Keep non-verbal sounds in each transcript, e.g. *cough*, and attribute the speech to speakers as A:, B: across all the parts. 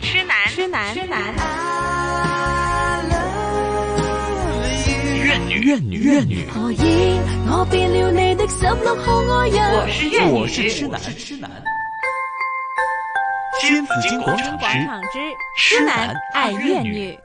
A: 痴男，痴男，
B: 怨女，怨女，怨女。
C: 何以我變了你的十六號愛人？
A: 我是怨女，
B: 我是痴男，是痴男。金紫荆广场
A: 广
B: 之
A: 场之
B: 痴
A: 痴
B: 男
A: 男
B: 爱
A: 爱
B: 怨
A: 怨
B: 女
A: 女。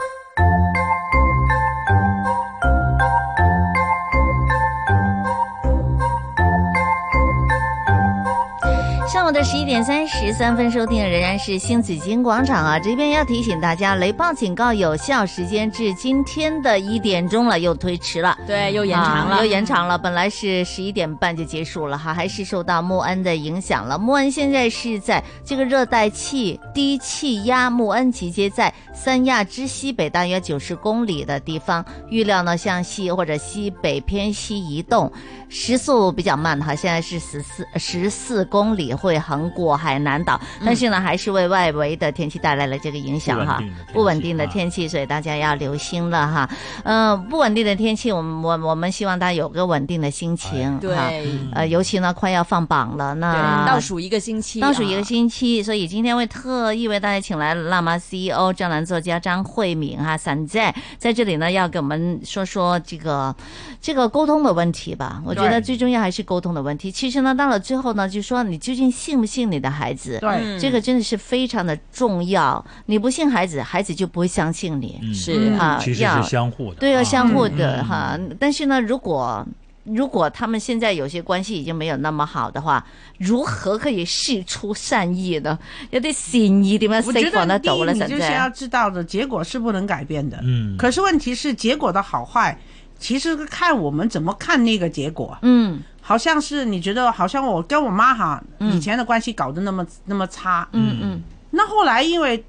D: 上午的十一点三十三分收听的仍然是新紫金广场啊，这边要提醒大家，雷暴警告有效时间至今天的一点钟了，又推迟了。
A: 对，又延长了
D: 啊又。延长了。本来是十一点半就结束了哈，还是受到穆恩的影响了。穆恩现在是在这个热带气低气压穆恩集结在三亚之西北大约九十公里的地方，预料呢向西或者西北偏西移动，时速比较慢哈，现在是十四十四公里，会横过海南岛，但是呢、还是为外围的天气带来了这个影响哈，
B: 不
D: 不
B: 稳
D: 稳
B: 定
D: 定
B: 的天气
D: 的
B: 啊
D: 天气，所以大家要留心了哈。嗯、不稳定的天气，我们我我们希望大家有个稳定的心情。
A: 哎对
D: 哈，呃，尤其呢，快要放榜了，那
A: 对，倒数一个星期，
D: 啊
A: 啊
D: 倒数一个星期，所以今天会特意为大家请来了辣妈 CEO 专栏作家张慧敏哈散在在这里呢，要跟我们说说这个这个沟通的问题吧。我觉得
E: 对
D: 最重要还是沟通的问题。其实呢，到了最后呢，就说你究竟信不信你的孩子，
E: 对，
A: 嗯
D: 这个真的是非常的重要。你不信孩子，孩子就不会相信你。
A: 啊
B: 嗯，
A: 是
D: 嗯啊
E: 其实
D: 要
E: 是相互的，
D: 对
F: 哦
D: 啊，
E: 啊
D: 相互的
B: 嗯
D: 哈。但是呢，如果如果他们现在有些关系已经没有那么好的话，如何可以释出善意呢？有啲善意点样
F: 我觉
D: 释放得
F: 得第
D: 到
F: 一，
D: 咧？
F: 你
D: 神
F: 就是要
D: 姐，
F: 知道的结果是不能改变的。
B: 嗯
F: 可是问题是结果的好坏，其实看我们怎么看那个结果。
D: 嗯
F: 好像是你觉得，好像我跟我妈哈以前的关系搞得那么那么差，
D: 嗯嗯
F: 那后来因为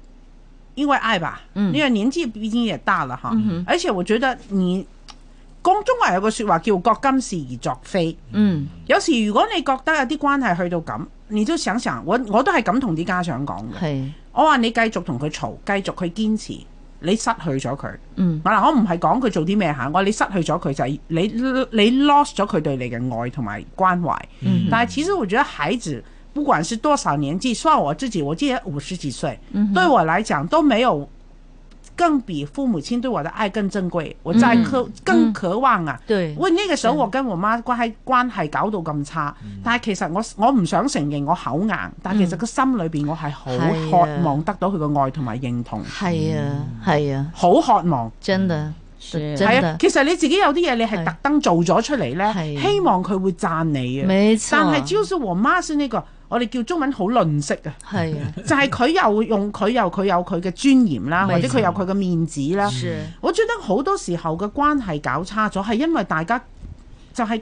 F: 因为爱吧，
D: 嗯
F: 因为年纪毕竟也大了哈，
D: 嗯哼
F: 而且我觉得你講中華有個説話叫覺今是而昨非。
D: 嗯
F: 有時如果你覺得有啲關係去到咁，你都想想，我我都係咁同啲家長講嘅。
D: 系
F: 我話你繼續同佢嘈，繼續去堅持，你失去咗佢。
D: 嗯
F: 我嗱，我唔係講佢做啲咩嚇，我話你失去咗佢就係你你 lost 咗佢對你嘅愛同埋關懷。
D: 嗯
F: 但係其實我覺得孩子不管是多少年紀，算我自己，我今年五十幾歲，
D: 嗯
F: 對我來講都沒有更比父母親對我的愛更珍貴，我再
D: 嗯
F: 渴、更渴望啊！
D: 对
F: 喂，呢、個時候我跟我媽關係關係搞到咁差，
D: 嗯
F: 但係其實我我唔想承認我口硬，但係其實個心裏邊我係好
D: 係啊
F: 渴望得到佢嘅愛同埋認同，
D: 系啊
F: 嗯
D: 系啊，
F: 好渴望。
D: 真的
A: 是
D: 真
F: 係啊
D: 的，，
F: 其實你自己有啲嘢你係
D: 係
F: 特登做咗出嚟
D: 係
F: 呢，希望佢會讚你嘅。
D: 没错，
F: 嗯但係就是我媽先呢個，我哋叫中文好吝嗇
D: *laughs*
F: 啊，
D: 系
F: *laughs*
D: 啊
F: 就係佢又用佢又佢有佢嘅尊嚴啦，
D: 冇錯
F: 或者佢有佢嘅面子啦。
D: 是。
F: 我覺得好多時候嘅關係搞差咗，係因為大家就係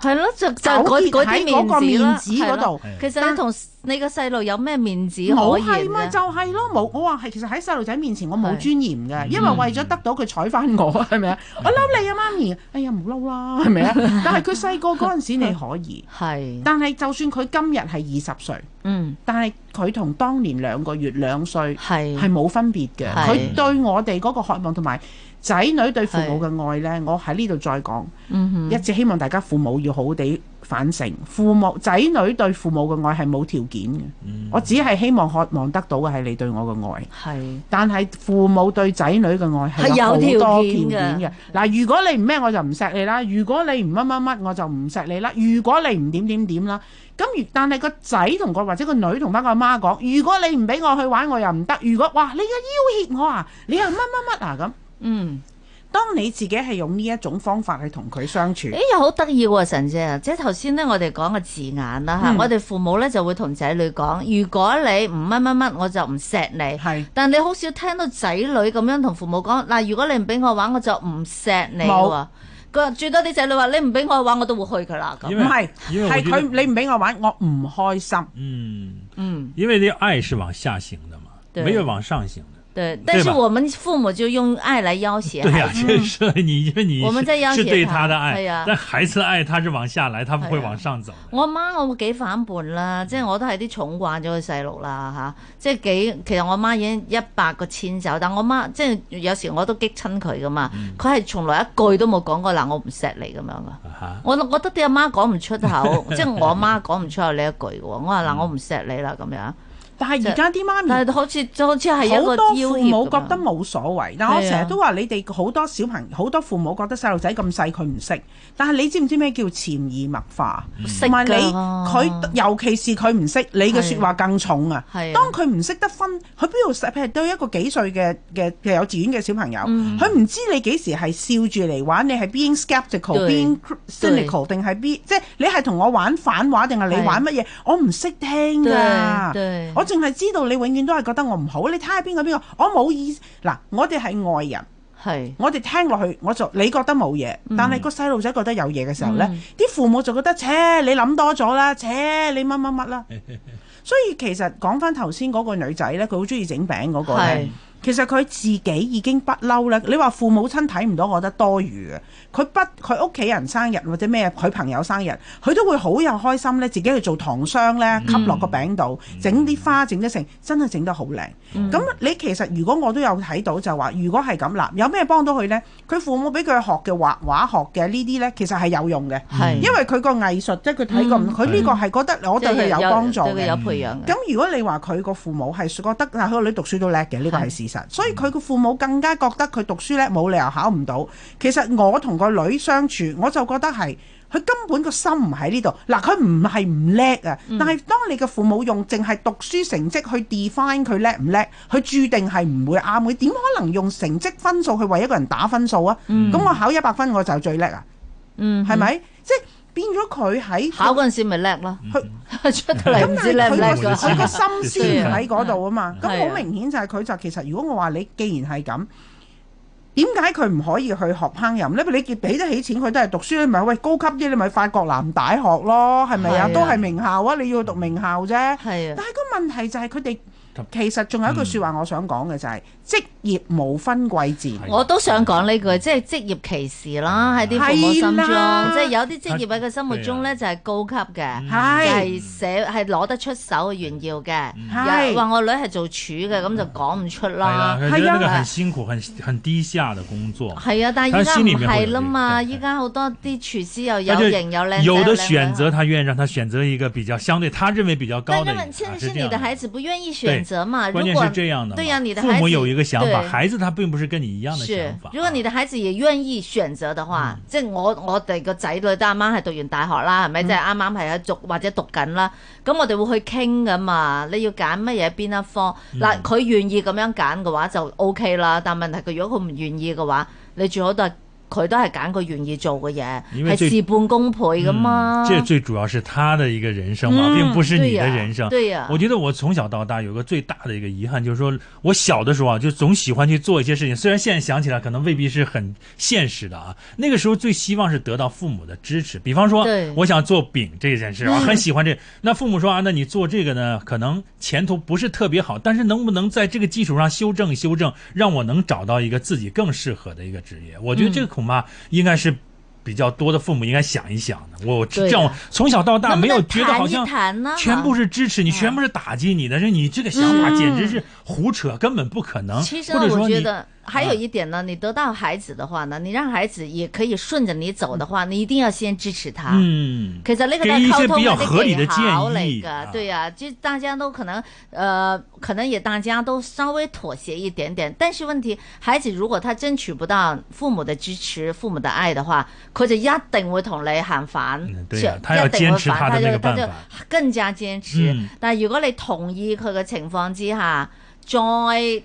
D: 系咯，就就
F: 糾
D: 嗰
F: 結
D: 嗰
F: 喺嗰個
D: 啲面子啦
F: 面子嗰。度
D: 係。啦其實你
F: 但
D: 同你個細路有咩面子可
F: 冇
D: 言
F: 係咪就
D: 啫？
F: 係咯？冇我話係，其實喺細路仔面前我冇
D: 係
F: 尊嚴嘅，因為為咗得到佢睬翻我，係咪啊？我嬲你啊，媽咪！哎呀，唔嬲啦，係咪 *laughs* 啊？但係佢細個嗰陣時你可以，
D: 係，
F: 但係就算佢今日係二十歲，
D: 嗯，
F: 但係佢同當年兩個月兩歲
D: 係
F: 係冇分別嘅。
D: 係
F: 佢對我哋嗰個渴望同埋仔女對父母嘅愛呢，我喺呢度再講，
D: 嗯哼
F: 一直希望大家父母要好好地反省，父母仔女對父母嘅愛係冇條件嘅。我只係希望渴望得到嘅係你對我嘅愛。
D: 係
F: 但係父母對仔女嘅愛係
D: 係有
F: 有好
D: 條
F: 多條
D: 件
F: 件
D: 嘅
F: 嘅。嗱，如果你唔咩我就唔錫你啦，如果你唔乜乜乜我就唔錫你啦，如果你唔點點點啦，咁如但係個仔同個或者個女同翻個媽講，如果你唔俾我去玩我又唔得，如果哇你又要挟我啊，你又乜乜乜啊咁，
D: 嗯，
F: 當你自己係用呢一種方法去同佢相處
D: 誒，又好得意喎，神姐，啊即係頭先咧，我哋講嘅字眼啦嚇，
F: 嗯
D: 我哋父母咧就會同仔女講，如果你唔乜乜乜，我就唔錫你。
F: 係
D: 但你好少聽到仔女咁樣同父母講，嗱，如果你唔俾我玩，我就唔錫你喎
F: 冇。
D: 佢最多啲仔女話你唔俾我玩，嗯我都會去噶啦
B: 因
D: 咁。
F: 唔
B: 為
F: 係
B: 因為我
F: 係
B: 覺得
F: 佢你唔俾我玩，我唔開心。
B: 嗯，
D: 嗯，
B: 因为这爱是往下行的嘛，
D: 对
B: 没有往上行的。
D: 對。但是
B: 對吧
D: 我們父母就用愛來要挟
B: 对
D: 孩
B: 呀、
D: 子。
B: 这是 *laughs* 你，因为你
D: 嗯我们在要挟
B: 是对
D: 他
B: 的
D: 哎
B: 爱
D: 呀，
B: 但孩子的爱他是往下来，他不会
D: 哎呀
B: 往上走的。
D: 我媽我幾反叛啦，即係我都係啲寵慣咗佢細路啦嚇，即係幾其實我媽已經一百個千走，但我媽即係有時我都激親佢噶嘛，
F: 嗯
D: 佢係、從來一句都冇講過嗱我唔錫你咁樣噶。
B: 啊
D: 我我覺得
F: *laughs* 嗯
D: 你阿媽講唔出口，即係我媽講唔出口呢一句嘅喎。我話嗱我唔錫你啦咁樣，
F: 但係而家啲媽咪
D: 但係好似就好似係一
F: 好
D: 個
F: 多
D: 要
F: 父
D: 挾
F: 母
D: 咁
F: 覺
D: 啊
F: 得冇所謂，但我
D: 係啊
F: 成日都話你哋好多小朋好多父母覺得細路仔咁細佢唔識，但係你知唔知咩叫潛移默化？
D: 識
F: 同埋你
D: 㗎
F: 佢尤其是佢唔識，你嘅説話更重啊！
D: 係啊
F: 當佢唔識得分，佢邊度識？譬如對一個幾歲嘅嘅嘅幼稚園嘅小朋友，
D: 嗯
F: 佢唔、知你幾時係笑住嚟玩，你係 being skeptical、
D: 對
F: being cynical 定係 be 即係你係同我玩反話定係你
D: 係
F: 玩乜嘢？我唔識聽㗎。
D: 對對
F: 我淨係知道你永遠都係覺得我唔好，你睇下邊個邊個，我冇意思嗱，我哋係外人，
D: 係
F: 我哋聽落去，我就你覺得冇嘢，但係個細路仔覺得有嘢嘅時候呢，啲、父母就覺得，切你諗多咗啦，切你乜乜乜啦。所以其實講翻頭先嗰個女仔呢，佢好中意整餅嗰個
D: 係
F: 呢。其實佢自己已經不嬲啦。你話父母親睇唔到，我覺得多餘嘅。佢不佢屋企人生日或者咩，佢朋友生日，佢都會好有開心呢，自己去做糖霜呢，吸落個餅度，整啲花，整得成，真係整得好靚。咁、你其實如果我都有睇到就話，如果係咁啦，有咩幫到佢呢？佢父母俾佢學嘅畫畫學嘅呢啲呢，其實係有用嘅，
D: 係，
F: 嗯因為佢個藝術即係佢睇過，佢呢、個係覺得我對佢有幫助
D: 對佢
F: 嘅。
D: 有培養嘅。
F: 咁如果你話佢個父母係覺得啊嗱佢個女讀書都叻嘅，呢個係事實，所以佢個父母更加覺得佢讀書叻，冇理由考唔到。其實我同個女相處，我就覺得係佢根本個心唔喺呢度。嗱，佢唔係唔叻啊，
D: 嗯
F: 但係當你嘅父母用淨係讀書成績去 define 佢叻唔叻，佢注定係唔會啱嘅。點可能用成績分數去為一個人打分數啊？咁、我考一百分我就最叻啊？
D: 嗯，
F: 係咪？即係變咗佢喺
D: 考嗰陣時咪叻咯，
F: 佢。
D: *laughs* 出到嚟唔知叻唔
F: 佢
D: 叻
F: 個
B: 㗎
F: 佢
D: 㗎。
F: 個心思唔喺嗰度啊嘛，咁
D: 係啊
F: 好明顯就係佢就其實，如果我話你既然係咁，點解佢唔可以去學烹飪咧？你俾得起錢，佢都係讀書，你咪喂高級啲，你咪法國南大學咯，係咪啊
D: 係啊？
F: 都係名校啊，你要去讀名校啫。
D: 係
F: 但
D: 啊，
F: 係個問題就係佢哋
B: 同
F: 其實仲有一句説話，我想講嘅就係職業無分貴賤。
B: 係
D: 我都想講呢句，即係職業歧視啦，喺啲父母心中，即
F: 係啦
D: 係有啲職業喺佢心目中
B: 啊
D: 咧就係高級
B: 嗯
D: 嘅，
F: 係
D: 係社係攞得出手炫耀嘅。
F: 係
D: 又話我女係做廚嘅，咁就講唔出
B: 嗯係
D: 啦
B: 啦，。他觉得那个
F: 哎呀
B: 很辛苦、很很低下的工作，
D: 係啊，但係
B: 但係
D: 依家唔
B: 心裡面會有
D: 係啦嘛，
B: 啲
D: 依家好多啲廚師又
B: 他就
D: 有型又靚，
B: 有的
D: 靚女
B: 选择，他愿意让他选择一个比较相对他认为比较
D: 但
B: 高的
D: 根
B: 人，
D: 本现
B: 啊
D: 在
B: 是
D: 是
B: 这
D: 你
B: 样
D: 的孩子不愿意选择嘛？
B: 关
D: 如
B: 键
D: 果
B: 是这样的嘛，
D: 对呀、你的
B: 父
D: 孩
B: 母
D: 子
B: 有一个想法，
D: 对
B: 孩子他并不是跟你一样的
D: 是
B: 想法。，啊嗯
D: 如果你的孩子也願意選擇的話，即係我我哋個仔女都啱啱係讀完大學啦，係
B: 嗯
D: 咪？即係啱啱係喺讀或者讀緊啦，咁我哋會去傾噶嘛。你要揀乜嘢邊一科？
B: 嗯
D: 嗱、佢願意咁樣揀嘅話就 O K 啦。但問題佢如果佢唔願意嘅話，你最好都係佢都係揀佢願意做嘅嘢，
B: 因為
D: 係
B: 最嗯
D: 事半功倍噶嘛。
B: 这最主要是他的一个人生嘛，
F: 嗯
B: 并不是
D: 对
B: 你的
D: 呀
B: 人生。
D: 对嗯呀
B: 我觉得我从小到大有个最大的一个遗憾，就是说我小的时候啊，就总喜欢去做一些事情，虽然现在想起来可能未必是很现实的啊。那个时候最希望是得到父母的支持，比方说
D: 对
B: 我想做饼这件事啊，很喜欢这。那父母说啊，那你做这个呢，可能前途不是特别好，但是能不能在这个基础上修正修正，让我能找到一个自己更适合的一个职业？我觉得这个恐怕应该是。比较多的父母应该想一想的，我
D: 对
B: 这样我
D: 呀
B: 从小到大
D: 能
B: 没
D: 不
B: 有
D: 能
B: 觉得好
D: 談一
B: 像
D: 談呢？
B: 全部
D: 哈
B: 是支持
D: 嗯
B: 你，全部是打击你的，是你这个想法简直是胡扯，根本不可能。
D: 其实
B: 或者
D: 我
B: 说
D: 觉
B: 你嗯
D: 得还有一点呢，你得到孩子的话呢，你让孩子也可以顺着你走的话，你一定要先支持他。
B: 嗯，
D: 其實呢個
B: 給
D: 都係
B: 一些
D: 溝通
B: 比較合理的
D: 嘅技巧
B: 建議
D: 嚟
B: 啊
D: 㗎，對呀、就大家都可能，呃，可能也大家都稍微妥協一點點，但是問題，孩子如果他爭取不到父母的支持、父母的愛的話，佢就一定會同你行反，
B: 嗯
D: 就
B: 對呀他要
D: 一定會
B: 堅持
D: 反
B: 他的
D: 就
B: 那個辦
D: 他就
B: 法
D: 更加堅持。
B: 嗯
D: 但係如果你同意佢嘅情況之下，再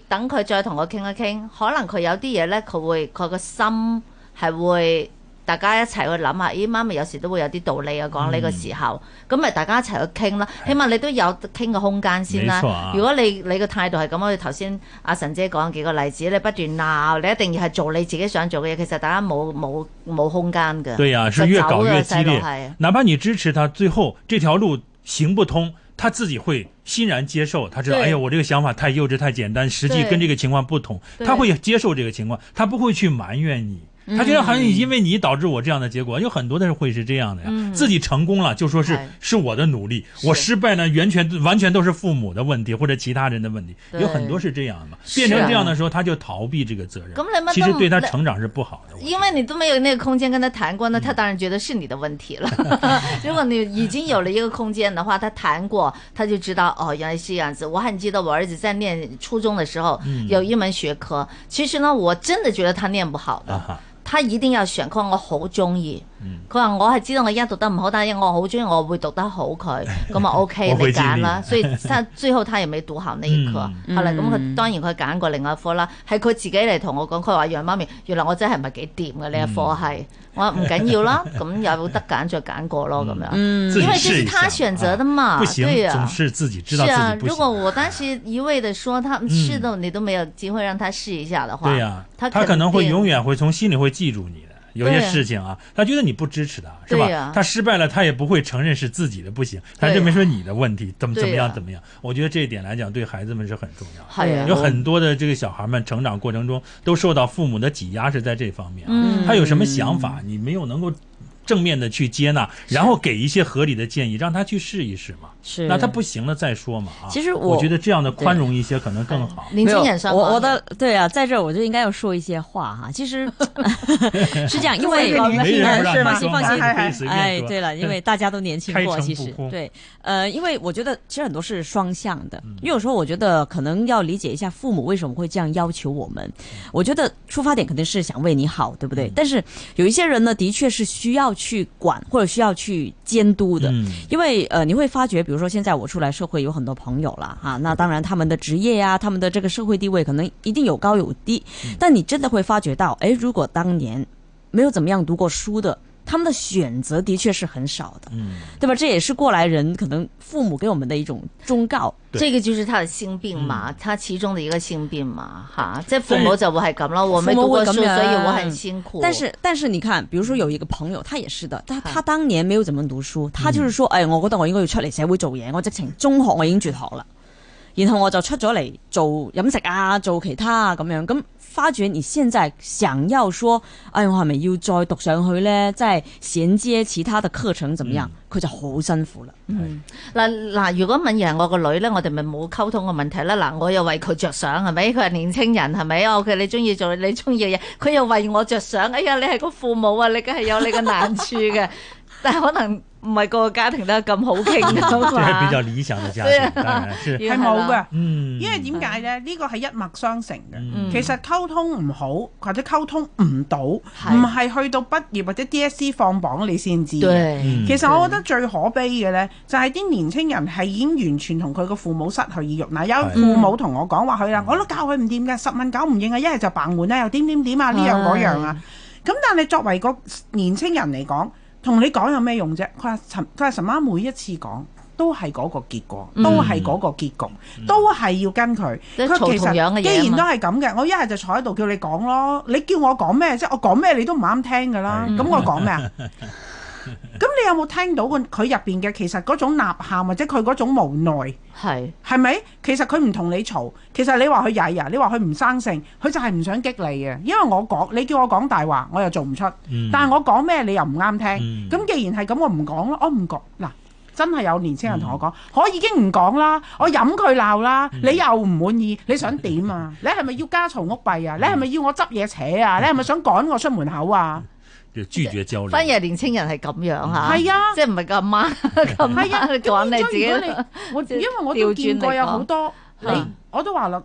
D: 等佢再同我傾一傾，可能佢有啲嘢咧，佢會佢個心係會大家一齊去諗下，咦媽咪有時都會有啲道理啊，講呢個時
B: 嗯
D: 候，咁咪、大家一齊去傾啦，起碼你都有傾嘅空間先啦
B: 沒錯啊。
D: 如果你你個態度係咁，我哋頭先阿神姐講幾個例子，你不斷鬧，你一定要係做你自己想做嘅嘢，其實大家冇冇冇空間嘅。
B: 对呀、
D: 就是
B: 啊越
D: 走
B: 搞
D: 嘅
B: 越激
D: 啊細路
B: 烈
D: 係。
B: 哪怕你支持他，最后这条路行不通，他自己会欣然接受。他知道，
D: 对
B: 哎呀，我这个想法太幼稚、太简单，实际
D: 对
B: 跟这个情况不同，
D: 对嗯
B: 他会接受这个情况，他不会去埋怨你。他觉得好像因为你导致我这样的结果，有很多的人会是这样的呀。自己成功了就说是
D: 嗯哎
B: 是我的努力，我失败呢，完全完全都是父母的问题或者其他人的问题，
D: 对
B: 有很多是这样的嘛。
D: 是啊
B: 变成这样的时候，他就逃避这个责任
D: 咁你乜，
B: 其实
D: 都
B: 对他
D: 你
B: 成长是不好的。我嗯
D: 因为你都没有那个空间跟他谈过，那他当然觉得是你的问题了。 *laughs* 如果你已经有了一个空间的话，他谈过，他就知道哦，原来是这样子。我还记得我儿子在念初中的时候，
B: 嗯
D: 有一门学科，其实呢，我真的觉得他念不好
B: 啊
D: 的。
B: 哈，
D: 他一定有選，佢話我好中意。
B: 嗯
D: 佢話我係知道我一讀得唔好，但係我好中意，我會讀得好
B: *laughs*
D: 佢，咁啊 OK，
B: 我會
D: 你揀
B: 盡
D: 啦。
B: 力
D: 所以
B: *laughs*
D: 他最後他也未讀好呢一科。
B: 嗯
D: 後嚟咁佢當然佢揀過另外一科啦，係佢自己嚟同我講，佢話楊媽咪，原來我真係唔係幾掂嘅呢一
B: 嗯
D: 科係。我話唔緊
B: *laughs*
D: 要啦，咁有得揀再揀過咯咁樣。
B: 自己
D: 嗯因為這
B: 试
D: 是
B: 一下
D: 他選擇的嘛，
B: 啊不行
D: 對，呀、
B: 总是自己知道
D: 是
B: 自
D: 啊
B: 己，不
D: 如果
B: 行。嗯
D: 我当时一味的说他试的，你都没有机会让他试一下的话，
B: 对呀，
D: 他
B: 他可
D: 肯
B: 能会
D: 定
B: 永远会从心里会记住你的。有些
D: 对呀
B: 事情啊，他觉得你不支持他，是吧？
D: 对呀
B: 他失败了，他也不会承认是自己的不行，他
D: 对呀
B: 认为是你的问题，怎么怎么
D: 对呀
B: 样怎么样。我觉得这一点来讲，对孩子们是很重要的。
D: 系啊
B: 有，很多的这个小孩们成长过程中都受到父母的挤压，是在这方面啊、
D: 嗯
B: 他有什么想法，你没有能够正面的去接纳，然后给一些合理的建议，让他去试一试嘛。
E: 是
B: 那他不行了再说嘛啊。
E: 其实
B: 我
E: 我
B: 觉得这样的宽容一些可能更好。
D: 年
E: 没有
D: 轻人上
E: 我
D: 网
E: 我的对啊，在这儿我就应该要说一些话哈。其实 *laughs* 是这样，因为呃
F: 我以为你
B: 没人不让
F: 是
B: 你
F: 吗
E: 放心放
B: 说
E: 心
B: 你可以随便
E: 哎
B: 说。，
E: 对了，因
B: *laughs*
E: 为大家都年轻过，其实
B: 开诚布公
E: 对，呃，因为我觉得其实很多是双向的，
B: 嗯
E: 因为有时候我觉得可能要理解一下父母为什么会这样要求我们。
B: 嗯
E: 我觉得出发点肯定是想为你好，对不对？但是有一些人呢，的确是需要去管或者需要去监督的，
B: 嗯
E: 因为呃，你会发觉，比如说现在我出来社会有很多朋友啦，哈、那当然他们的职业呀、他们的这个社会地位可能一定有高有低，但你真的会发觉到，哎，如果当年没有怎么样读过书的，他们的选择的确是很少的，
B: 嗯，
E: 对吧？这也是过来人可能父母给我们的一种忠告，
B: 对
D: 这个就是他的心病
E: 嗯
D: 嘛，他其中的一个心病嘛，吓，即系父母
B: 对
D: 就会系咁咯。我没
E: 嗯父母
D: 读过
E: 会
D: 书，
E: 咁
D: 所以
E: 樣
D: 我很辛苦。
E: 但是但是你看，比如说有一个朋友，他也是的，他
D: 係
E: 他当年没有怎么读书，他就是说，哎，我覺得我應該要出嚟社會做嘢，我直情中學我已經輟學啦，然後我就出咗嚟做飲食啊，做其他啊咁樣，咁發覺而現在想要說，哎，我係咪要再讀上去呢？即係衔接其他的課程怎麼樣？佢、就好辛苦啦。
D: 嗱嗱，如果敏怡係我個女咧，我哋咪冇溝通嘅問題啦。嗱，我又為佢着想係咪？佢係年青人係咪？OK，你中意做你中意嘅嘢，佢又為我着想。哎呀，你係個父母啊，你梗係有你嘅難
E: *laughs*
D: 處嘅。但係可能唔係個個家庭都有咁好傾
E: 嗯
D: 㗎
B: 这还比
D: 嘛。
B: 较理想的家
D: 对啊
B: 庭，当然是。
F: 係冇
D: 要係啦
F: 嘅。
B: 嗯，
F: 因為點解咧？呢個係一脈相承嘅。
B: 嗯
F: 其實溝通唔好或者溝通唔到，唔係去到畢業或者 DSE 放榜你先知嘅。
E: 嗯
B: 嗯
D: 對，
F: 其實我覺得最可悲嘅呢，就係啲年青人係已經完全同佢個父母失去意欲。嗱，有父母同我講話佢啦，我都教佢唔掂嘅，十問九唔應啊，一係就白門啦，又點點點啊，呢樣嗰樣啊。咁但係作為個年青人嚟講，同你講有咩用啫？佢話陳，佢話陳媽每一次講。都係嗰個結果，都係嗰個結局，都係要跟佢。
D: 即係
F: 佢
D: 嘈
F: 其
D: 同樣嘅
F: 實
D: 嘢啊
F: 既然
D: 嘛
F: 都係咁嘅，我一係就坐喺度叫你講咯，你叫我講咩啫？我講咩你都唔啱聽㗎啦。
B: 係
F: 咁我講咩啊？咁你有冇聽到個佢入邊嘅其實嗰種吶喊或者佢嗰種無奈
D: 係
F: 係咪？其實佢唔同你嘈，其實你話佢曳啊，你話佢唔生性，佢就係唔想激你嘅。因為我講你叫我講大話，我又做唔出，
B: 嗯
F: 但係我講咩你又唔啱聽。
B: 嗯
F: 咁、既然係咁，我唔講啦，我唔講嗱。真係有年青人同
B: 嗯
F: 我講，我已經唔講啦，我飲佢鬧啦，你又唔滿意，你想點啊？你係咪要家嘈屋閉啊？你係咪要我執嘢扯啊？你係咪想趕我出門口啊？
B: 就拒绝交流。
D: 反而係年青人係咁樣嚇。
F: 係啊
D: 即係唔係個阿媽咁
F: *laughs* 係啊
D: 啊講你自己嗯
F: 咁。變咗
D: *laughs*
F: 你我
D: 即係
F: 因為我都見過有好多，
D: 調轉嚟講
F: 你我都話啦，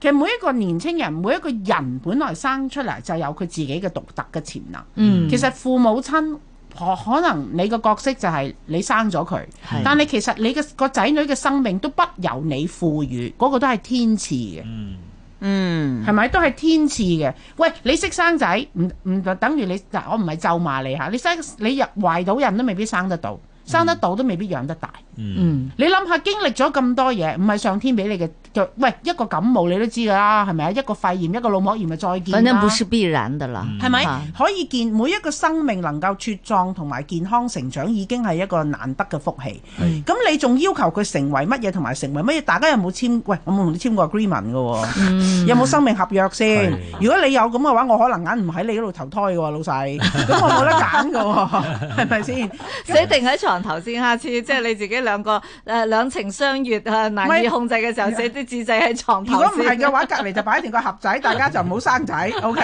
F: 其實每一個年青人，每一個人本來生出嚟就有佢自己嘅獨特嘅潛能。
D: 嗯
F: 其實父母親可可能你嘅角色就係你生咗佢，
D: 係
F: 但係其實你嘅個仔女嘅生命都不由你賦予，嗰、個都係天賜嘅。
B: 嗯，
E: 嗯，
F: 係咪都係天賜嘅？喂，你識生仔，唔唔等於你嗱，我唔係咒罵你嚇，你生你入懷到人都未必生得到，生得到都未必養得大。
B: 嗯
D: 嗯。
F: 你諗下，經歷咗咁多嘢，唔係上天俾你嘅就喂一個感冒你都知㗎啦，係咪啊？一個肺炎，一個腦膜炎咪再見啦。
D: 反正不是必然的啦，
B: 嗯
F: 係咪
D: 啊
F: 可以見每一個生命能夠茁壯同埋健康成長，已經係一個難得嘅福氣。
B: 係
F: 咁你仲要求佢成為乜嘢同埋成為乜嘢？大家有冇簽？喂，我冇同你簽過 agreement 嘅喎，有冇生命合約先
B: 係？
F: 如果你有咁嘅話，我可能硬唔喺你嗰度投胎嘅喎，老細。
B: *laughs*
F: 咁我冇得揀嘅喎，係咪先？
D: 寫定喺床頭先，下次即係你自己兩個誒兩情相悅啊，難以控制嘅時
F: *laughs*
D: 候，寫啲字仔喺床
F: 如
D: 頭
F: 果唔係
D: 先。
F: 嘅話，隔離就擺定個盒仔，大家就唔好生仔。OK，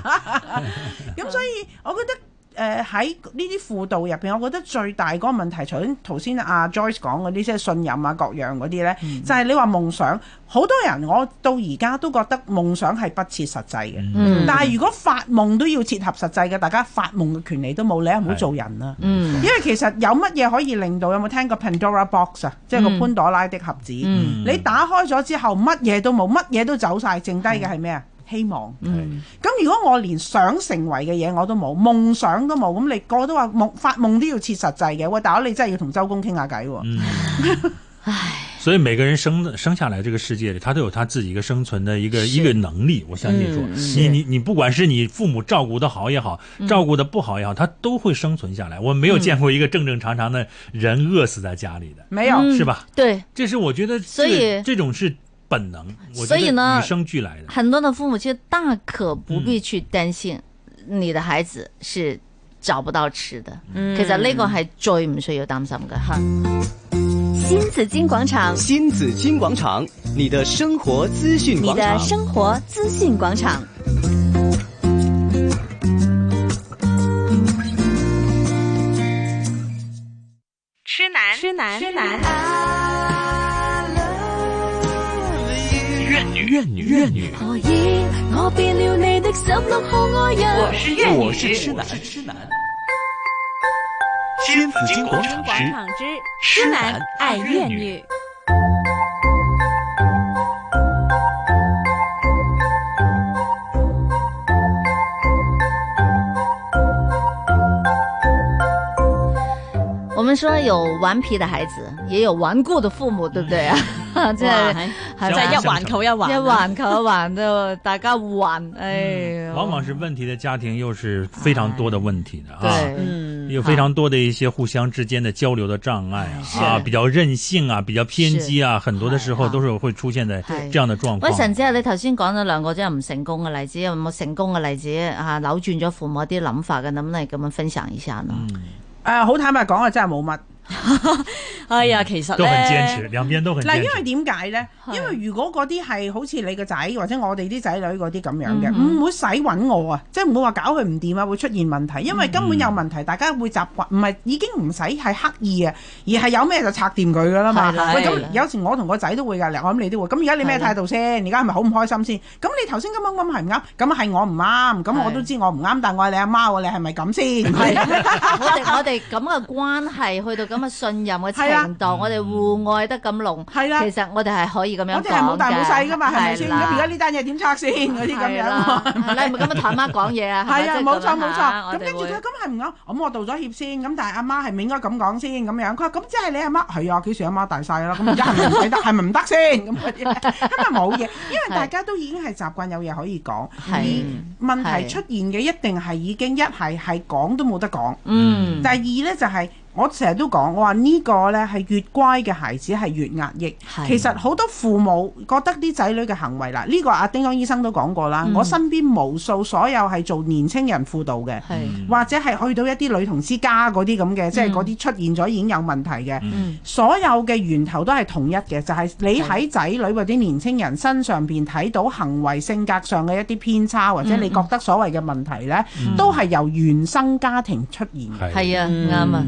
F: 咁所以我覺得。誒喺呢啲輔導入邊，我覺得最大嗰個問題，除咗頭先阿 Joyce 講嗰啲，即係信任啊各樣嗰啲咧，就係你話夢想，好多人我到而家都覺得夢想係不切實際嘅。
B: 哎
D: 嗯
F: 但係如果發夢都要切合實際嘅，大家發夢嘅權利都冇，你唔好做人啦。
D: 嗯
F: 因為其實有乜嘢可以令到有冇聽過 Pandora Box 啊，即係個潘朵拉的盒子。
D: 嗯
F: 你打開咗之後，乜嘢都冇，乜嘢都走晒，剩低嘅係咩啊？希望。
D: 嗯
F: 咁如果我連想成為嘅嘢我都冇，夢想都冇，咁你個個都話夢發夢都要切實際嘅。喂，大佬你真係要同周公傾下偈喎。
B: 嗯，所以每个人生生下来这个世界里，他都有他自己一个生存的一个一个能力。我相信
D: 嗯
B: 说，你你你不管是你父母照顾的好也好，照顾的不好也好，他都会生存下来。我没有见过一个正正常常的人饿死在家里的，
F: 沒有，
D: 嗯
B: 是吧？
D: 对，
B: 这是我觉得这，
D: 所以
B: 这种是本能，我觉
D: 所以呢
B: 得与生俱来的。
D: 很多的父母其实大可不必去擔心
F: 嗯
D: 你的孩子是找不到吃的，其實呢個係最唔需要擔心嘅吓。
C: 新紫金广场，
G: 新紫金广场，你的生活资讯
C: 你
G: 广场
C: 的。生活资讯广场。
A: 痴男，痴男，痴男。
H: 怨女，怨女，
C: 何以我变了你的十六号爱人？
H: 我是痴男，痴男。新紫金广场之
A: 之
H: 痴男爱怨女。
D: 我们说有顽皮的孩子，也有顽固的父母，對唔對啊？
C: *laughs*
D: 即
E: 哇係
D: 係係
E: 真係一環扣一環，啊
D: 一
C: 啊
D: 環扣一環都大家還，哎，
C: 嗯
B: 往往是问题的家庭，又是非常多的问题的啊。
D: 對，
E: 嗯，
B: 有非常多的一些互相之间的交流的障碍
D: 是
B: 啊，啊比较任性啊，比较偏激啊，很多的时候
D: 是
B: 都是会出现在
D: 是
B: 这样的状
D: 喂，
B: 况。
D: 神姐，你頭先講咗兩個真係唔成功嘅例子，有冇成功嘅例子啊？扭轉咗父母一啲諗法嘅，能唔能咁樣分享一下呢？
F: 誒好坦白講啊，真係冇乜。
E: 哎呀，其實
B: 都
E: 咧，
B: 很坚持，兩邊都很
F: 嗱，
B: 堅
F: 因為
B: 持。
F: 點解呢？
D: 係
F: 因為如果嗰啲係好似你個仔或者我哋啲仔女嗰啲咁樣嘅，
D: 嗯
F: 唔會使揾我啊，即係唔會話搞佢唔掂啊，會出現問題，
D: 嗯
F: 因為根本有問題，大家會習慣，唔係已經唔使係刻意啊，而係有咩就拆掂佢噶啦嘛。
D: 係啦
F: 喂，
D: 係啦
F: 咁有時我同個仔都會㗎，我諗你都會。咁而家你咩態度先？而家係咪好唔開心先？咁你頭先咁樣咁係唔啱，咁係我唔啱，咁我
D: 係
F: 都知我唔啱，但我係你阿媽喎，你係咪
D: *laughs*
F: 咁先？
D: 我哋 *laughs* 我哋咁嘅關係，去到咁嘅信任嘅程度，我哋互愛得咁濃，
F: 係啦
D: 其實我哋啊係可以咁樣
F: 我
D: 講
F: 哋係冇大冇細㗎嘛，係咪
D: 係
F: 先？咁而家
D: 啦
F: 呢單嘢點拆先？嗰啲咁
D: 係
F: 樣喎
D: 啦。係啦你唔係咁樣同阿媽講嘢啊？咪
F: 係啊，
D: 即係
F: 冇
D: 咁
F: 錯
D: 樣
F: 冇
D: 嚇
F: 錯。咁
D: 我哋
F: 跟住
D: 會
F: 佢咁係唔啱，咁我道咗歉先。咁但係阿媽係咪應該咁講先咁樣？佢話咁即係你阿媽係啊，幾時阿媽大晒啦？咁而家係咪唔使
D: *laughs*
F: 得？係咪唔得先？咁嗰啲咁咪冇嘢，因為大家都已經係習慣有嘢可以講。而
D: 係
F: 問題
D: 係
F: 出現嘅一定係已經一係係講都冇得講。
D: 嗯
F: 第二呢，就係、我成日都講，我話呢個呢係越乖嘅孩子係越壓抑
D: 係。
F: 其實好多父母覺得啲仔女嘅行為嗱，呢、個阿叮當醫生都講過啦。
D: 嗯
F: 我身邊無數所有係做年青人輔導嘅，
D: 係
B: 嗯
F: 或者係去到一啲女童之家嗰啲咁嘅，即係嗰啲出現咗已經有問題嘅。
D: 嗯
F: 所有嘅源頭都係同一嘅，就係、你喺仔女或者年青人身上邊睇到行為性格上嘅一啲偏差，或
D: 嗯
F: 者你覺得所謂嘅問題呢，都係由原生家庭出現嘅。
D: 係啊
F: 嗯
D: 啱啊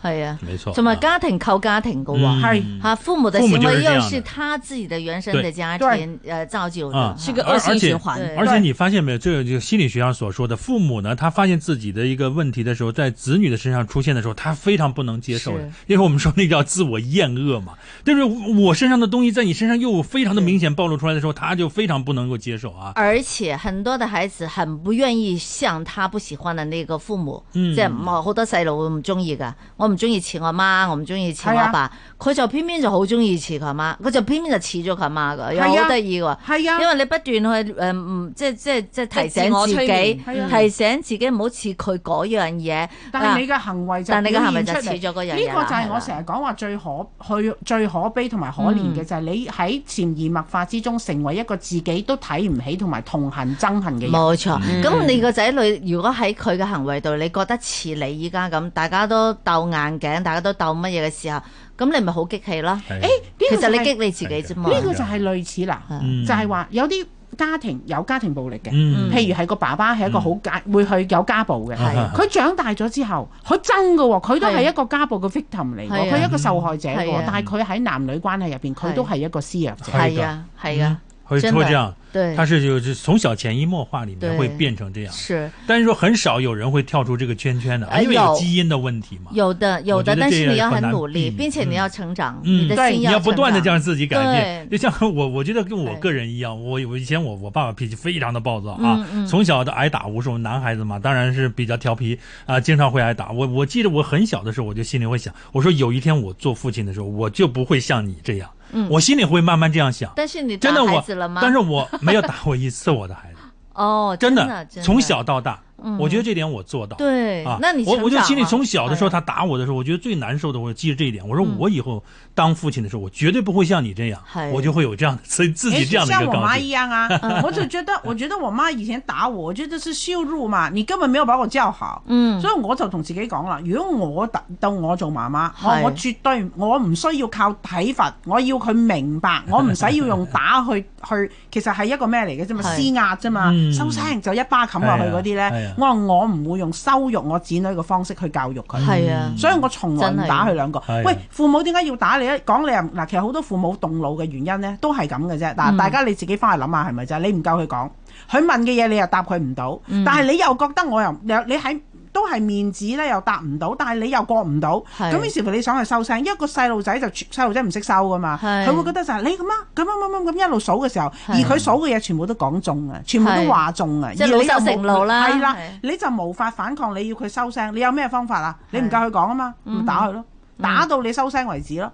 D: 係啊，
B: 哎没错。
D: 同埋家庭靠家庭嘅喎。
F: 係
B: 嗯
D: 啊，父母的
B: 父母
D: 行
B: 就是
D: 为
B: 这
D: 又
B: 样的
D: 是他自己的原生
B: 对
D: 的家
F: 对
D: 庭呃造就的
B: 啊，
E: 是个
B: 而
E: 恶性
B: 而且
E: 循環。
D: 對
B: 而且你发现没有，这个就心理学上所说的父母呢，他发现自己的一个问题的时候，在子女的身上出现的时候，他非常不能接受的
D: 是，
B: 因为我们说那叫自我厌恶嘛，就是我身上的东西在你身上又非常的明显暴露出来的时候，他就非常不能够接受啊。
D: 而且很多的孩子很不願意向他不喜歡的那個父母，
B: 嗯
D: 即係唔好多細路會唔中意噶。我我唔中意似我媽，我唔中意似我
F: 啊
D: 阿爸，佢就偏偏就好中意似佢阿媽，佢就偏偏就似咗佢阿媽噶，又
I: 係啊
D: 好得意喎。
I: 係啊
D: 因為你不斷去誒唔即係即係即係提醒自
E: 即係自我催
D: 己
E: 眠，
I: 係啊
D: 提醒自己唔好似佢嗰樣嘢。
I: 但係你嘅行為就
D: 啊但係你嘅行為就
I: 表現出
D: 似咗嗰樣
I: 嚟
D: 嘢啦
I: 呢個就
D: 係
I: 係
D: 啦
I: 我成日講話最可去最可悲同埋可憐
D: 嗯
I: 嘅就係你喺潛移默化之中成為一個自己都睇唔起同埋痛恨憎恨嘅人。嗯
D: 冇錯，咁、你個仔女如果喺佢嘅行為度，你覺得似你依家咁，大家都鬥硬頸，大家都鬥乜嘢嘅時候，咁你咪好激氣啦。
B: 係
I: 誒，呢
D: 其
I: 個就
D: 實你
I: 係
D: 激你自己啫嘛。
I: 呢個就係類似啦，
B: 嗯
I: 就係話有啲家庭有家庭暴力嘅，
B: 嗯
I: 譬如係個爸爸係一個好家會去有家暴嘅，
B: 係
I: 佢長大咗之後，佢真嘅喎，佢都
D: 係
I: 係一個家暴嘅 victim 嚟
D: 係
I: 喎，
D: 啊
I: 佢一個受害者
D: 係
I: 喎
D: 啊，
I: 但係佢喺男女關係入邊，佢都係一個施虐者。
D: 係啊，
B: 嗯
D: 係啊，
B: 会
D: 真
B: 会
D: 的
B: 这样，
D: 對
B: 他是就是从小潜移默化里面
D: 对
B: 会变成这样，
D: 是
B: 但是说很少有人会跳出这个圈圈的，
D: 哎
B: 因为
D: 有
B: 有基因的问题嘛。
D: 有的有的，
B: 我觉得
D: 但
B: 这
D: 是
B: 个
D: 你要
B: 很
D: 很
B: 难
D: 努力，
B: 避
D: 并且你要成长，
B: 嗯
D: 你的
I: 对
D: 心
B: 你要不
D: 成
B: 断的
D: 长
B: 让自己改变，就
D: 对
B: 像我，我觉得跟我
D: 对
B: 个人一样，我我以前我我爸爸脾气非常的暴躁啊，
D: 嗯嗯
B: 从小都挨打无数，男孩子嘛，当然是比较调皮啊、经常会挨打。我我记得我很小的时候，我就心里会想，我说有一天我做父亲的时候，我就不会像你这样，
D: 嗯
B: 我心里会慢慢这样想。
D: 但是你打
B: 真的
D: 孩
B: 我
D: 子了，吗？
B: 但是我没有打过一次我的孩子，
D: 哦，
B: 真
D: 的
B: 的，从小到大，
D: 嗯
B: 我觉得这点我做到。
D: 对
B: 啊，，
D: 那你
B: 我
D: 成
B: 我就
D: 长
B: 心里
D: 了
B: 从小的时候，
D: 哎呀
B: 他打我的时候，我觉得最难受的，我记着这一点。我说
D: 嗯
B: 我以后当父亲的时候，我绝对不会像你这样
D: 嗨，
B: 我就会有这样的自自己
F: 诶
B: 这样的一
F: 像
B: 个
F: 我
B: 高
F: 妈
B: 度
F: 一。样
B: *laughs*
F: 啊，我就觉得，我觉得我妈以前打我，我觉得是羞辱嘛，你根本没有把我教好。
D: 嗯
F: 所以我就同自己講啦，如果我特到我做媽媽，
D: 係
F: 我我絕對我唔需要靠體罰，我要佢
D: *laughs*
F: 明白，我唔使要用打去去，其實係一個咩嚟嘅啫嘛，
D: 係
F: 施壓啫嘛，
B: 嗯
F: 收聲就一巴冚落去嗰啲
B: 係啊係啊
F: 呢。我話我唔會用羞辱我子女嘅方式去教育佢。
D: 係啊，
F: 所以我從來唔打佢兩個
B: 真係。啊係
F: 喂，父母點解要打你咧？講你啊又嗱，其實好多父母動腦嘅原因咧，都係咁嘅啫。嗱，
D: 嗯
F: 大家你自己翻去諗下係咪啫？你唔夠佢講，佢問嘅嘢你又答佢唔到，
D: 嗯
F: 但係你又覺得我又你你喺。都係面子咧，又答唔到，但係你又過唔到，
D: 係
F: 咁於是乎你想去收聲，因為個細路仔就細路仔唔識收噶嘛，
D: 係
F: 佢會覺得就係你咁啊，咁啊咁啊咁一路數嘅時候，而
D: 係
F: 佢數嘅嘢全部都講中啊，全部
D: 係
F: 都話中啊，
D: 即係
F: 而你又
D: 老羞
F: 冇
D: 成怒啦
F: 係啦
D: 係，
F: 你就無法反抗，你要佢收聲，你有咩方法啊？
D: 係
F: 你唔夠佢講啊嘛，
D: 嗯
F: 咪打佢咯，打到你收聲為止咯。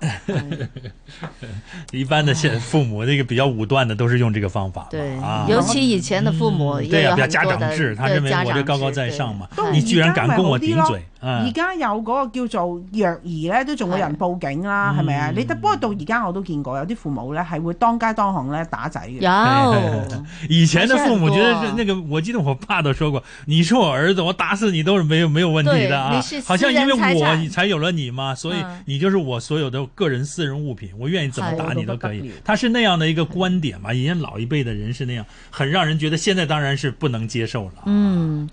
B: 一般的现父母那个比较武断的都是用这个方法嘛。
D: 对
B: 啊，，
D: 尤其以前的父母
B: 嗯
D: 也
B: 对
D: 有
B: 呀，比较
D: 很
B: 家
D: 多
B: 长
D: 的
B: 制，他
D: 对
B: 认为
D: 家
B: 我
D: 长
B: 这高高
D: 制
B: 在
D: 对嗯
B: 上嘛
F: 都，
B: 你
F: 而
B: 居然
F: 家
B: 敢
F: 咪
B: 跟
F: 好
B: 我
F: 啲
B: 顶
F: 咯
B: 嘴，
F: 而
B: 嗯，
F: 家有嗰個叫做虐兒咧，都仲有人報警啦，
B: 係
F: 係咪啊
B: 嗯？
F: 你得不過到而家我都見過有啲父母咧係會當街當巷咧打仔嘅。
D: 有
B: 以前的父母觉得
D: 还是
B: 是
D: 很多
B: 那
D: 啊
B: 个，我记得我爸都说过，你是我儿子，我打死你都是没有没有问题的
D: 对
B: 啊
D: 你是。
B: 好像
D: 私人
B: 因为
D: 财
B: 我
D: 产
B: 你才有了你嘛，所以
D: 嗯
B: 你就是我所有的个人私人物品，我愿意怎么
D: 哎
B: 打
I: 我
B: 你
I: 都
B: 都
I: 不得
B: 可以
I: 了。
B: 他是那样的一个观点嘛，以前老一辈的人是那样，很让人觉得现在当然是不能接受了。啊 *laughs*
D: 嗯，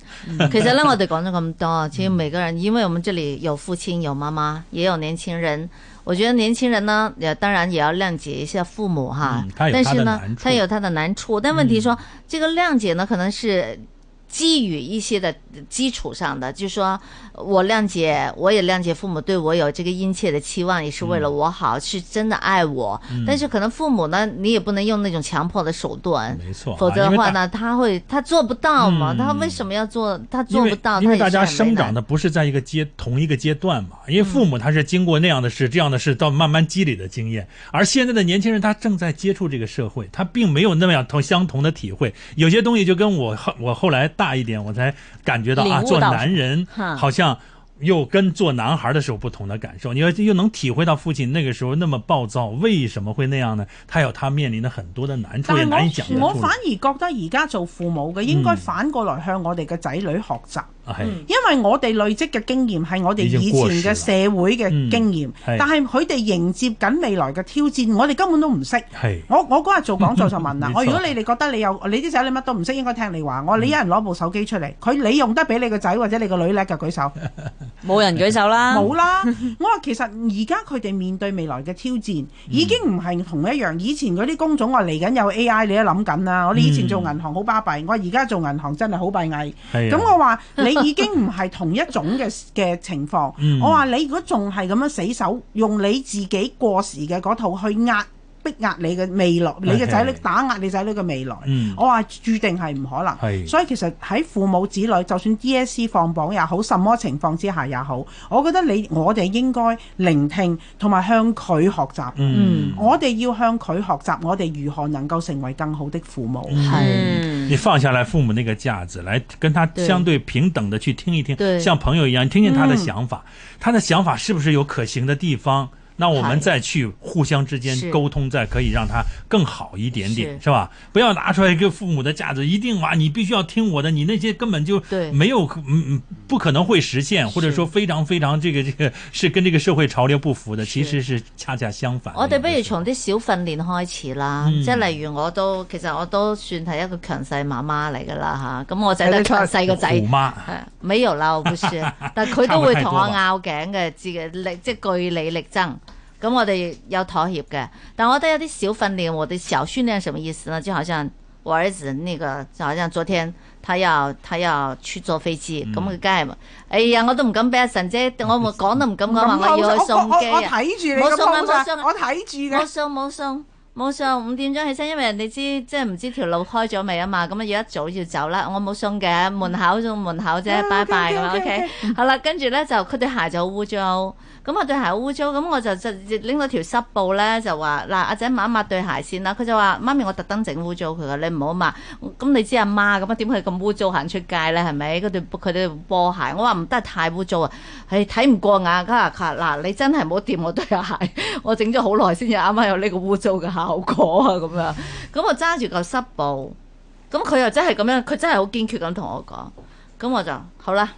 D: 其实呢，我哋讲咗咁多，其实每个人，因为我们这里有父亲，有妈妈，也有年轻人。我觉得年轻人呢，也当然也要谅解一下父母哈，
B: 嗯他有
D: 但
B: 他
D: 是
B: 的
D: 呢
B: 难，处嗯
D: 他有他的难处。但问题说，这个谅解呢，可能是基于一些的基础上的，就是说我谅解，我也谅解父母对我有这个殷切的期望，也是为了我好，是真的爱我。
B: 嗯
D: 但是可能父母呢，你也不能用那种强迫的手段，
B: 没错啊，
D: 否则
B: 因
D: 的
B: 为
D: 话
B: 大
D: 呢，他会他做不到嘛，
B: 嗯
D: 他为什么要做？他
B: 因
D: 做不
B: 为
D: 到，
B: 因为大
D: 他也是
B: 家
D: 很为
B: 生长
D: 难嗯
B: 的不是在一个阶同一个阶段嘛，因为父母他是经过那样的事、这样的事，到慢慢积累的经验，而现在的年轻人他正在接触这个社会，他并没有那么样同相同的体会，有些东西就跟我
D: *laughs*
B: 后我后来大一点，我才感觉到啊，
E: 领悟
B: 做
E: 到
B: 男人
E: 哈
B: 好像。又跟做男孩的时候不同的感受，你又又能体会到父亲那个时候那么暴躁，为什么会那样呢？他有他面临的很多的难处，也
F: 但
B: 难以讲
F: 係
B: 得
F: 我我
B: 出
F: 反
B: 来。哎
F: 而覺得而家做父母嘅應該
B: 嗯
F: 反過來向我哋嘅仔女學習。
B: 哎，
F: 因為我哋累積嘅經驗係我哋
B: 已經
F: 以
B: 過時
F: 前
B: 啦
F: 嘅社會嘅經驗，
B: 嗯係
F: 但係佢哋迎接緊未來嘅挑戰，我哋根本都唔識。
D: 嗯
B: 嘿，
F: 我我嗰日做講座就問啦
B: 冇錯，
F: 我如果你哋覺得你有你啲仔女乜都唔識，應該聽你話。我話你一人攞部手機出嚟，佢你用得比你個仔或者你個女叻嘅舉手，
E: 冇人舉手啦，
F: 冇啦。我話其實而家佢哋面對未來嘅挑戰，已經唔係同一樣。以前嗰啲工種我話嚟緊有 AI，你都諗緊啦。我哋以前做銀行好巴閉，我而家做銀行真係好閉翳。
B: 哎呀
F: 咁我話你已經唔係同一種嘅
J: *laughs*
F: 嘅情況
B: 嗯，
F: 我話你如果仲係咁樣死守，用你自己過時嘅嗰套去壓
J: 逼壓你嘅未來，你嘅仔女
B: 係係
J: 打壓你仔女嘅未來。
B: 嗯
J: 我話注定係唔可
B: 係
J: 能，所以其實喺父母子女，就算 DSE 放榜也好，什麼情況之下也好，我覺得你我哋應該聆聽同埋向佢學習。
B: 嗯，
J: 我哋要向佢學習，我哋如何能夠成為更好的父母？
B: 嗯你放下来父母那个架子，来跟他相对平等的去听一听
D: 对，嗯
B: 像朋友一样，你听听他的想法，他的想法是不是有可行的地方？那我
D: 嗨
B: 们再去互相之
D: 是
B: 间沟通，再可以让他更好一点点，
D: 是
B: 是吧？不要拿出来一个父母的架子，一定哇，你必须要听我的，你那些根本就
D: 对
B: 没有，嗯嗯，不可能会实现，或者
D: 是
B: 说非常非常这个这个是跟这个社会潮流不符的，其
D: 是哦
B: 实是恰恰相反的
D: 我哋
B: 有
D: 不
B: 的
D: 如
B: 时候
D: 從啲小訓練開始啦，
B: 嗯
D: 即係例如我都其實我都算係一個強勢媽媽嚟㗎啦吓，咁我仔都係強勢個仔
B: 虎。媽。
D: 係沒哎有啦，我不 *laughs* 是，但佢都會同我拗頸嘅，自己力即係據理力爭。咁我哋有妥協嘅，但我覺得有啲小訓練，我哋小訓練什麼意思呢？就好像我兒子那個，就好像昨天他要他要去坐飛機，咁佢梗係，哎呀，我都唔敢俾阿神姐， *laughs* 我冇講都唔敢講話，啊我要去
J: 我
D: 送
J: 我
D: 機
J: 我
D: 啊！
J: 睇住你
D: 冇
J: 嘅
D: 送
J: p
D: 啊冇送啊
J: 我睇住
D: 冇
J: 嘅。
D: 送冇送冇送，五點鐘起身，因為人哋知即係唔知條路開咗未啊嘛，咁啊要一早要走啦。我冇送嘅，門口仲門口啫，拜拜咁樣 OK。好啦，跟住咧就佢對鞋就好污糟，咁啊對鞋好污糟，咁我就就拎咗條濕布咧就話嗱阿仔抹一抹對鞋先啦。佢就話媽咪我特登整污糟佢嘅，你唔好抹。咁你知阿媽咁啊點佢咁污糟行出街咧係咪？嗰對佢對波鞋，我話唔得太污糟啊，唉睇唔過眼。佢話佢話嗱你真係唔好掂我對鞋。我整咗好耐先至啱啱有呢個污糟嘅效果啊咁樣。咁我揸住嚿濕布，咁佢又真係咁樣，佢真係好堅決咁同我講。咁我就好啦，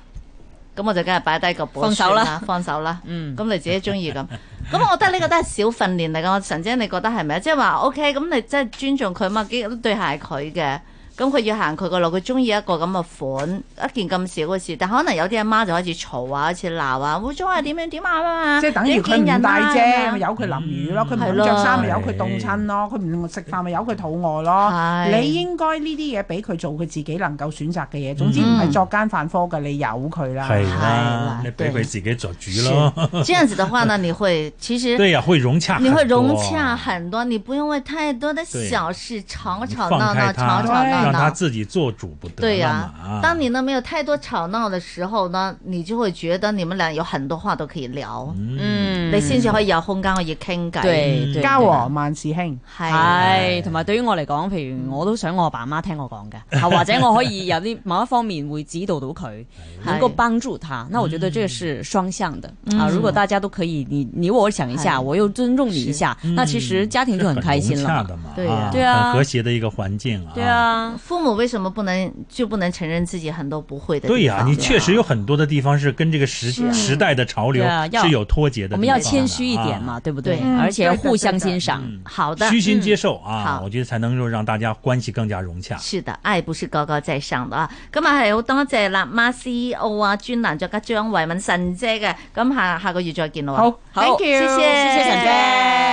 D: 咁我就梗係擺低嚿布
E: 放手
D: 算
E: 啦，
D: 放手啦。
E: 嗯，
D: 咁你自己中意咁。咁我覺得呢個都係小訓練嚟㗎。我神姐，你覺得係咪啊？即係話 OK，咁你即係尊重佢嘛，幾對鞋係佢嘅。咁佢要行佢個路，佢中意一個咁嘅款，一件咁少嘅事，但可能有啲阿媽就開始嘈啊，開始鬧啊，污糟啊，點樣點啊，
J: 即係等於佢
D: 你見
J: 唔
D: 人
J: 帶
D: 啊咁樣
J: 啫，咪由佢淋雨咯；佢唔
D: 係
J: 肯
D: 咯
J: 着衫咪由佢凍親咯；佢唔食飯咪由佢肚餓咯。
D: 係嗯
J: 你應該呢啲嘢俾佢做佢自己能夠選擇嘅嘢。總之唔係作奸犯科嘅，你由佢啦。
B: 系
D: 啦
B: 啦，你俾
D: 哎对
B: 哎佢自己作主咯。
D: 这样子的话呢，你会其 *laughs* 实
B: 对呀、会融洽很
D: 你
B: 多，
D: 会融洽很多，你不用为太多的小事吵吵
B: 放
D: 闹
B: 开他
D: 闹、吵吵闹
B: 让他
D: 闹。
B: 自己做主不得
D: 对
B: 了
D: 呀、
B: 嘛啊
D: 当你呢没有太多吵闹的时候呢，你就会觉得你们俩有很多话都可以聊，
E: 嗯
D: 你先至可以有空間可以傾偈。
E: 對對
J: 家和萬事興。
D: 係嗯
E: 係，同埋對於我嚟講，譬如我都想我阿爸阿媽聽我
D: *laughs*
E: 講嘅，啊或者我可以有啲某一方面會指導到佢，能夠幫助他。那我覺得這是雙向的啊！如果大家都可以，你你我想一下，
D: 嗯
E: 我又尊重你一下，那其實家庭就很開心
B: 嗯是
E: 了
B: 很融洽
E: 嘛。
B: 的嘛，
D: 对呀
E: 对啊
B: 很和諧的一个环境啊，
E: 對。啊，
D: 父母為什麼不能就不能承認自己很多不會的地方？
B: 对呀、你确实有很多的地方是跟这个时时代的潮流
E: 对啊要
B: 是有脱节的地方的。
E: 我們要謙虛一點
B: 啊
E: 嘛，，對不對
D: 對？嗯
E: 而且要互相欣賞。
B: 嗯
D: 好的，
B: 虚心
D: 嗯
B: 接受啊，
D: 好
B: 我觉得才能够让大家关系更加融洽。
D: 是的，愛不是高高在上的啊！咁啊係好多謝辣媽 CEO 啊專欄作家張慧敏神姐嘅，咁下下個月再見咯喎。
J: 好
E: 好
J: ，thank you，
D: 謝謝
E: 謝謝陳姐。